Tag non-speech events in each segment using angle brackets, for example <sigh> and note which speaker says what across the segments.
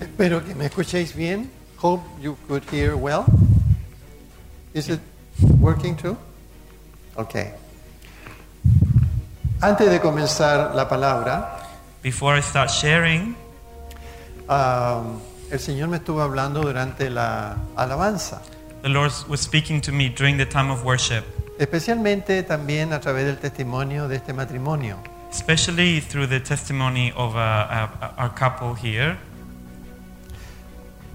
Speaker 1: Espero que me escuchéis bien. Hope you could hear well. Is it working too? Okay. Antes de comenzar la palabra,
Speaker 2: Before I start sharing,
Speaker 1: um, el Señor me estuvo hablando durante la alabanza,
Speaker 2: the Lord was speaking to me during the time of worship,
Speaker 1: especialmente también a través del testimonio de este matrimonio.
Speaker 2: especially through the testimony of uh, uh, our couple here.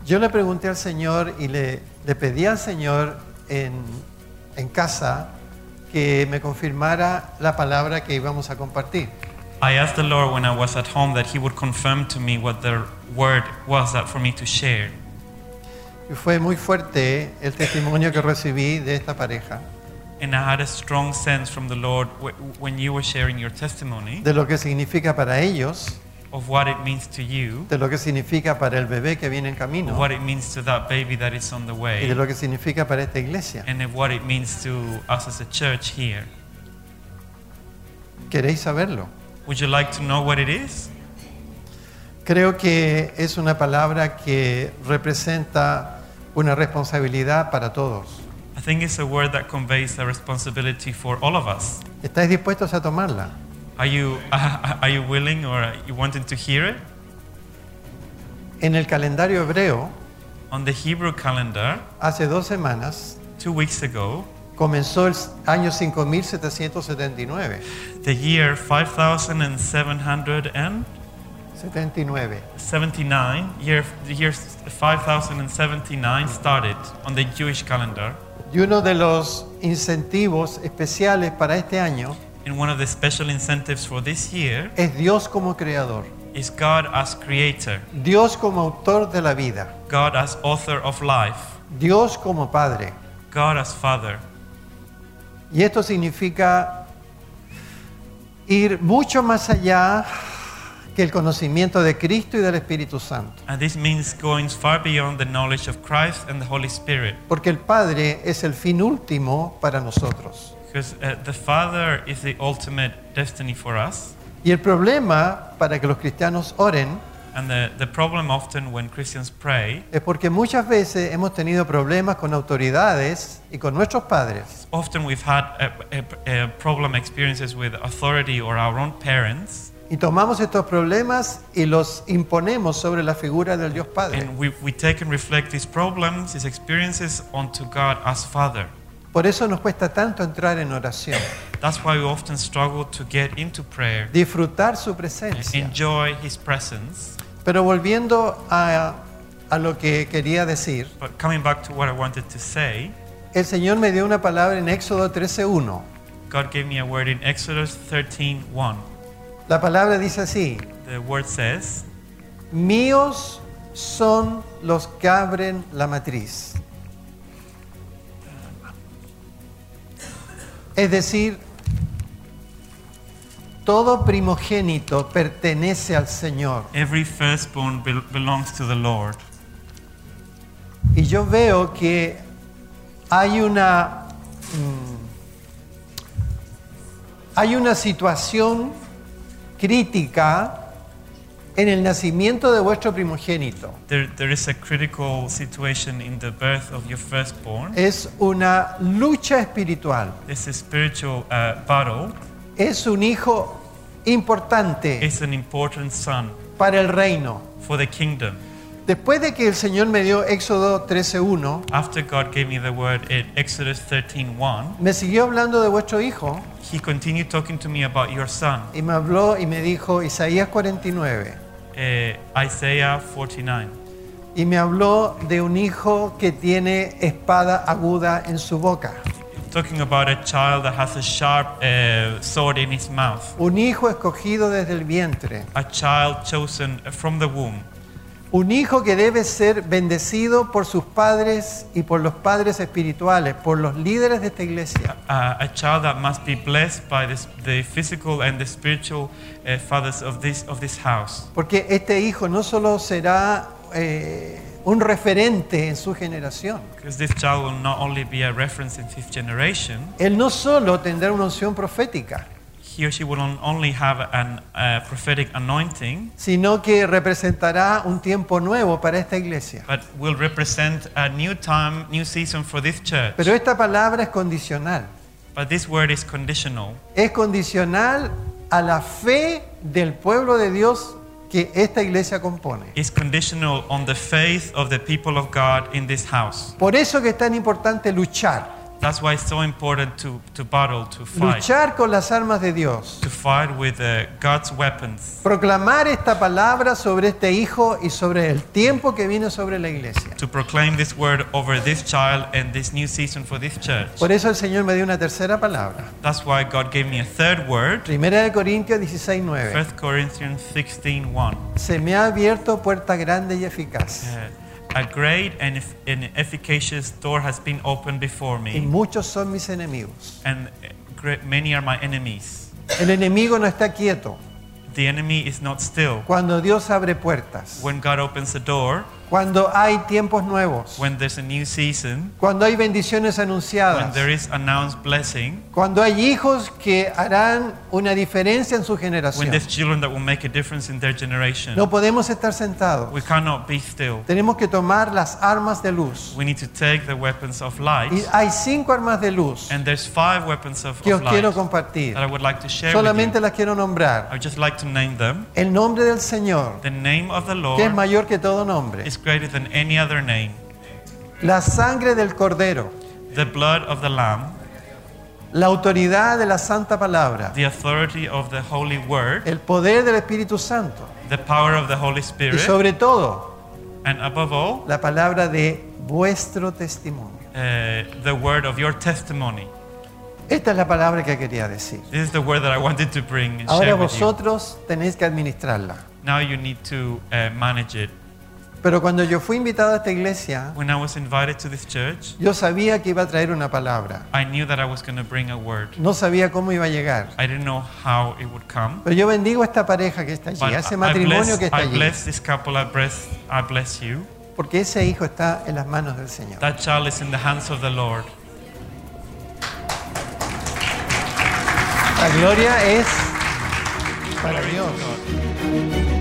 Speaker 1: Yo le pregunté al Señor y le, le pedí al Señor en, en casa que me confirmara la palabra que íbamos a compartir.
Speaker 2: I asked the Lord when I was at home that He would confirm to me what the word was that for me to share.
Speaker 1: Y fue muy fuerte el testimonio que recibí de esta pareja,
Speaker 2: And I had a strong sense from the Lord wh- when you were sharing your testimony
Speaker 1: de lo que significa para ellos,
Speaker 2: of what it means to you,
Speaker 1: de lo que significa para el bebé que viene en
Speaker 2: of
Speaker 1: camino
Speaker 2: what it means to that baby that is on the
Speaker 1: y de
Speaker 2: way,
Speaker 1: lo que significa para esta iglesia.
Speaker 2: and of what it means to us as a church here.
Speaker 1: ¿Queréis saberlo?
Speaker 2: Would you like to know what it is?
Speaker 1: Creo que es una palabra que representa una responsabilidad para todos.
Speaker 2: I think it's a word that conveys a responsibility for all of us.
Speaker 1: ¿Estáis dispuestos a tomarla?
Speaker 2: Are you <laughs> are you willing or are you wanting to hear it?
Speaker 1: En el calendario hebreo,
Speaker 2: On the Hebrew calendar,
Speaker 1: hace dos semanas,
Speaker 2: two weeks ago,
Speaker 1: comenzó el año 5779.
Speaker 2: the year 5779,
Speaker 1: 79.
Speaker 2: year the year 5079 started on the Jewish calendar.
Speaker 1: Y uno de los incentivos especiales para este año
Speaker 2: And one of the special incentives for this year
Speaker 1: es Dios como creador,
Speaker 2: is God as creator,
Speaker 1: Dios como autor de la vida,
Speaker 2: God as author of life,
Speaker 1: Dios como padre.
Speaker 2: God as father.
Speaker 1: Y esto significa ir mucho más allá que el conocimiento de Cristo y del Espíritu Santo.
Speaker 2: And this means going far beyond the knowledge of Christ and the Holy Spirit.
Speaker 1: Porque el Padre es el fin último para nosotros.
Speaker 2: Because uh, the Father is the ultimate destiny for us.
Speaker 1: Y el problema para que los cristianos oren
Speaker 2: And the, the problem often when Christians pray,
Speaker 1: es porque muchas veces hemos tenido problemas con autoridades y con nuestros padres.
Speaker 2: often we've had a, a, a problem experiences with authority or our own parents.
Speaker 1: Y tomamos estos problemas y los imponemos sobre la figura del Dios Padre.
Speaker 2: And we, we take and reflect these problems, these experiences onto God as Father.
Speaker 1: Por eso nos cuesta tanto entrar en oración,
Speaker 2: That's why we often struggle to get into prayer,
Speaker 1: disfrutar su presencia.
Speaker 2: enjoy His presence.
Speaker 1: Pero volviendo a, a lo que quería decir,
Speaker 2: But coming back to what I wanted to say,
Speaker 1: el Señor me dio una palabra en Éxodo 13.1.
Speaker 2: God gave me a word in Exodus 13:1.
Speaker 1: La palabra dice así,
Speaker 2: The word says,
Speaker 1: Míos son los que abren la matriz. Es decir, todo primogénito pertenece al Señor.
Speaker 2: Every firstborn bel- belongs to the Lord.
Speaker 1: Y yo veo que hay una mm, hay una situación crítica en el nacimiento de vuestro primogénito.
Speaker 2: There, there is a critical situation in the birth of your firstborn.
Speaker 1: Es una lucha espiritual.
Speaker 2: It's a spiritual uh, battle.
Speaker 1: Es un hijo importante
Speaker 2: It's an important son
Speaker 1: para el reino.
Speaker 2: for the kingdom.
Speaker 1: Después de que el Señor me dio Éxodo 13:1,
Speaker 2: After God gave me the word in Exodus 13:1,
Speaker 1: me siguió hablando de vuestro hijo
Speaker 2: He continued talking to me about your son,
Speaker 1: y me habló y me dijo Isaías 49.
Speaker 2: uh, Isaiah 49,
Speaker 1: Y me habló de un hijo que tiene espada aguda en su boca.
Speaker 2: talking about a child that has a sharp uh, sword in his mouth,
Speaker 1: Un hijo escogido desde el vientre.
Speaker 2: a child chosen from the womb.
Speaker 1: Un hijo que debe ser bendecido por sus padres y por los padres espirituales, por los líderes de esta iglesia.
Speaker 2: uh, a child that must be blessed by this, the physical and the spiritual uh, fathers of this, of this house.
Speaker 1: Porque este hijo no solo será eh, un referente en su generación,
Speaker 2: Because this child will not only be a reference in fifth generation,
Speaker 1: él no solo tendrá una unción profética,
Speaker 2: he or she will not only have an uh, prophetic anointing,
Speaker 1: sino que representará un tiempo nuevo para esta iglesia.
Speaker 2: but will represent a new time, new season for this church.
Speaker 1: Pero esta palabra es condicional.
Speaker 2: But this word is conditional.
Speaker 1: Es condicional a la fe del pueblo de Dios que esta iglesia compone.
Speaker 2: It's conditional on the faith of the people of God in this house.
Speaker 1: Por eso que es tan importante luchar.
Speaker 2: That's why it's so important to, to battle, to fight,
Speaker 1: Luchar con las armas de Dios.
Speaker 2: to fight with uh, God's weapons,
Speaker 1: Proclamar esta palabra sobre este hijo y sobre el tiempo que viene sobre la iglesia.
Speaker 2: to proclaim this word over this child and this new season for this church.
Speaker 1: Por eso el Señor me dio una tercera palabra.
Speaker 2: That's why God gave me a third word,
Speaker 1: Primera de Corintios 16:9.
Speaker 2: 1 Corinthians 16
Speaker 1: Se me ha abierto puerta grande y eficaz,
Speaker 2: Uh, a great and, eff- and efficacious door has been opened before
Speaker 1: y
Speaker 2: me,
Speaker 1: muchos son mis enemigos.
Speaker 2: and great, many are my enemies.
Speaker 1: El enemigo no está quieto.
Speaker 2: The enemy is not still.
Speaker 1: Cuando Dios abre puertas,
Speaker 2: When God opens a door,
Speaker 1: cuando hay tiempos nuevos,
Speaker 2: when there's a new season,
Speaker 1: cuando hay bendiciones
Speaker 2: when
Speaker 1: anunciadas,
Speaker 2: there is announced blessing,
Speaker 1: cuando hay hijos que harán una diferencia en su
Speaker 2: when
Speaker 1: generación.
Speaker 2: there's children that will make a difference in their generation,
Speaker 1: No podemos estar sentados.
Speaker 2: we cannot be still.
Speaker 1: Tenemos que tomar las armas de luz.
Speaker 2: We need to take the weapons of
Speaker 1: Y
Speaker 2: light,
Speaker 1: hay cinco armas de luz
Speaker 2: and there's five weapons of,
Speaker 1: que os
Speaker 2: of light
Speaker 1: quiero
Speaker 2: that
Speaker 1: compartir.
Speaker 2: I would like to share with
Speaker 1: Solamente
Speaker 2: you.
Speaker 1: las quiero nombrar.
Speaker 2: I would just like to name them.
Speaker 1: El nombre del Señor,
Speaker 2: The name of the
Speaker 1: que es
Speaker 2: Lord
Speaker 1: mayor que todo nombre.
Speaker 2: is greater than any other name.
Speaker 1: La sangre del Cordero.
Speaker 2: the blood of the Lamb,
Speaker 1: La autoridad de la Santa Palabra.
Speaker 2: the authority of the Holy Word,
Speaker 1: El poder del Espíritu Santo.
Speaker 2: the power of the Holy
Speaker 1: Y
Speaker 2: Spirit,
Speaker 1: sobre todo,
Speaker 2: and above all,
Speaker 1: la palabra de vuestro testimonio.
Speaker 2: uh, the word of your testimony.
Speaker 1: Esta es la palabra que quería decir.
Speaker 2: This is the word that I wanted to bring and
Speaker 1: Ahora
Speaker 2: share with you.
Speaker 1: vosotros tenéis que administrarla.
Speaker 2: Now you need to uh, manage it.
Speaker 1: Pero cuando yo fui invitado a esta iglesia,
Speaker 2: When I was invited to this church,
Speaker 1: yo sabía que iba a traer una palabra.
Speaker 2: I knew that I was going to bring a word.
Speaker 1: No sabía cómo iba a llegar.
Speaker 2: I didn't know how it would come.
Speaker 1: Pero yo bendigo a esta pareja que está allí,
Speaker 2: But
Speaker 1: a ese
Speaker 2: I- I
Speaker 1: matrimonio
Speaker 2: bless,
Speaker 1: que está
Speaker 2: I
Speaker 1: allí,
Speaker 2: bless this couple. I bless, I bless you.
Speaker 1: porque ese hijo está en las manos del Señor.
Speaker 2: That child is in the hands of the Lord.
Speaker 1: La gloria es para Dios.
Speaker 2: God.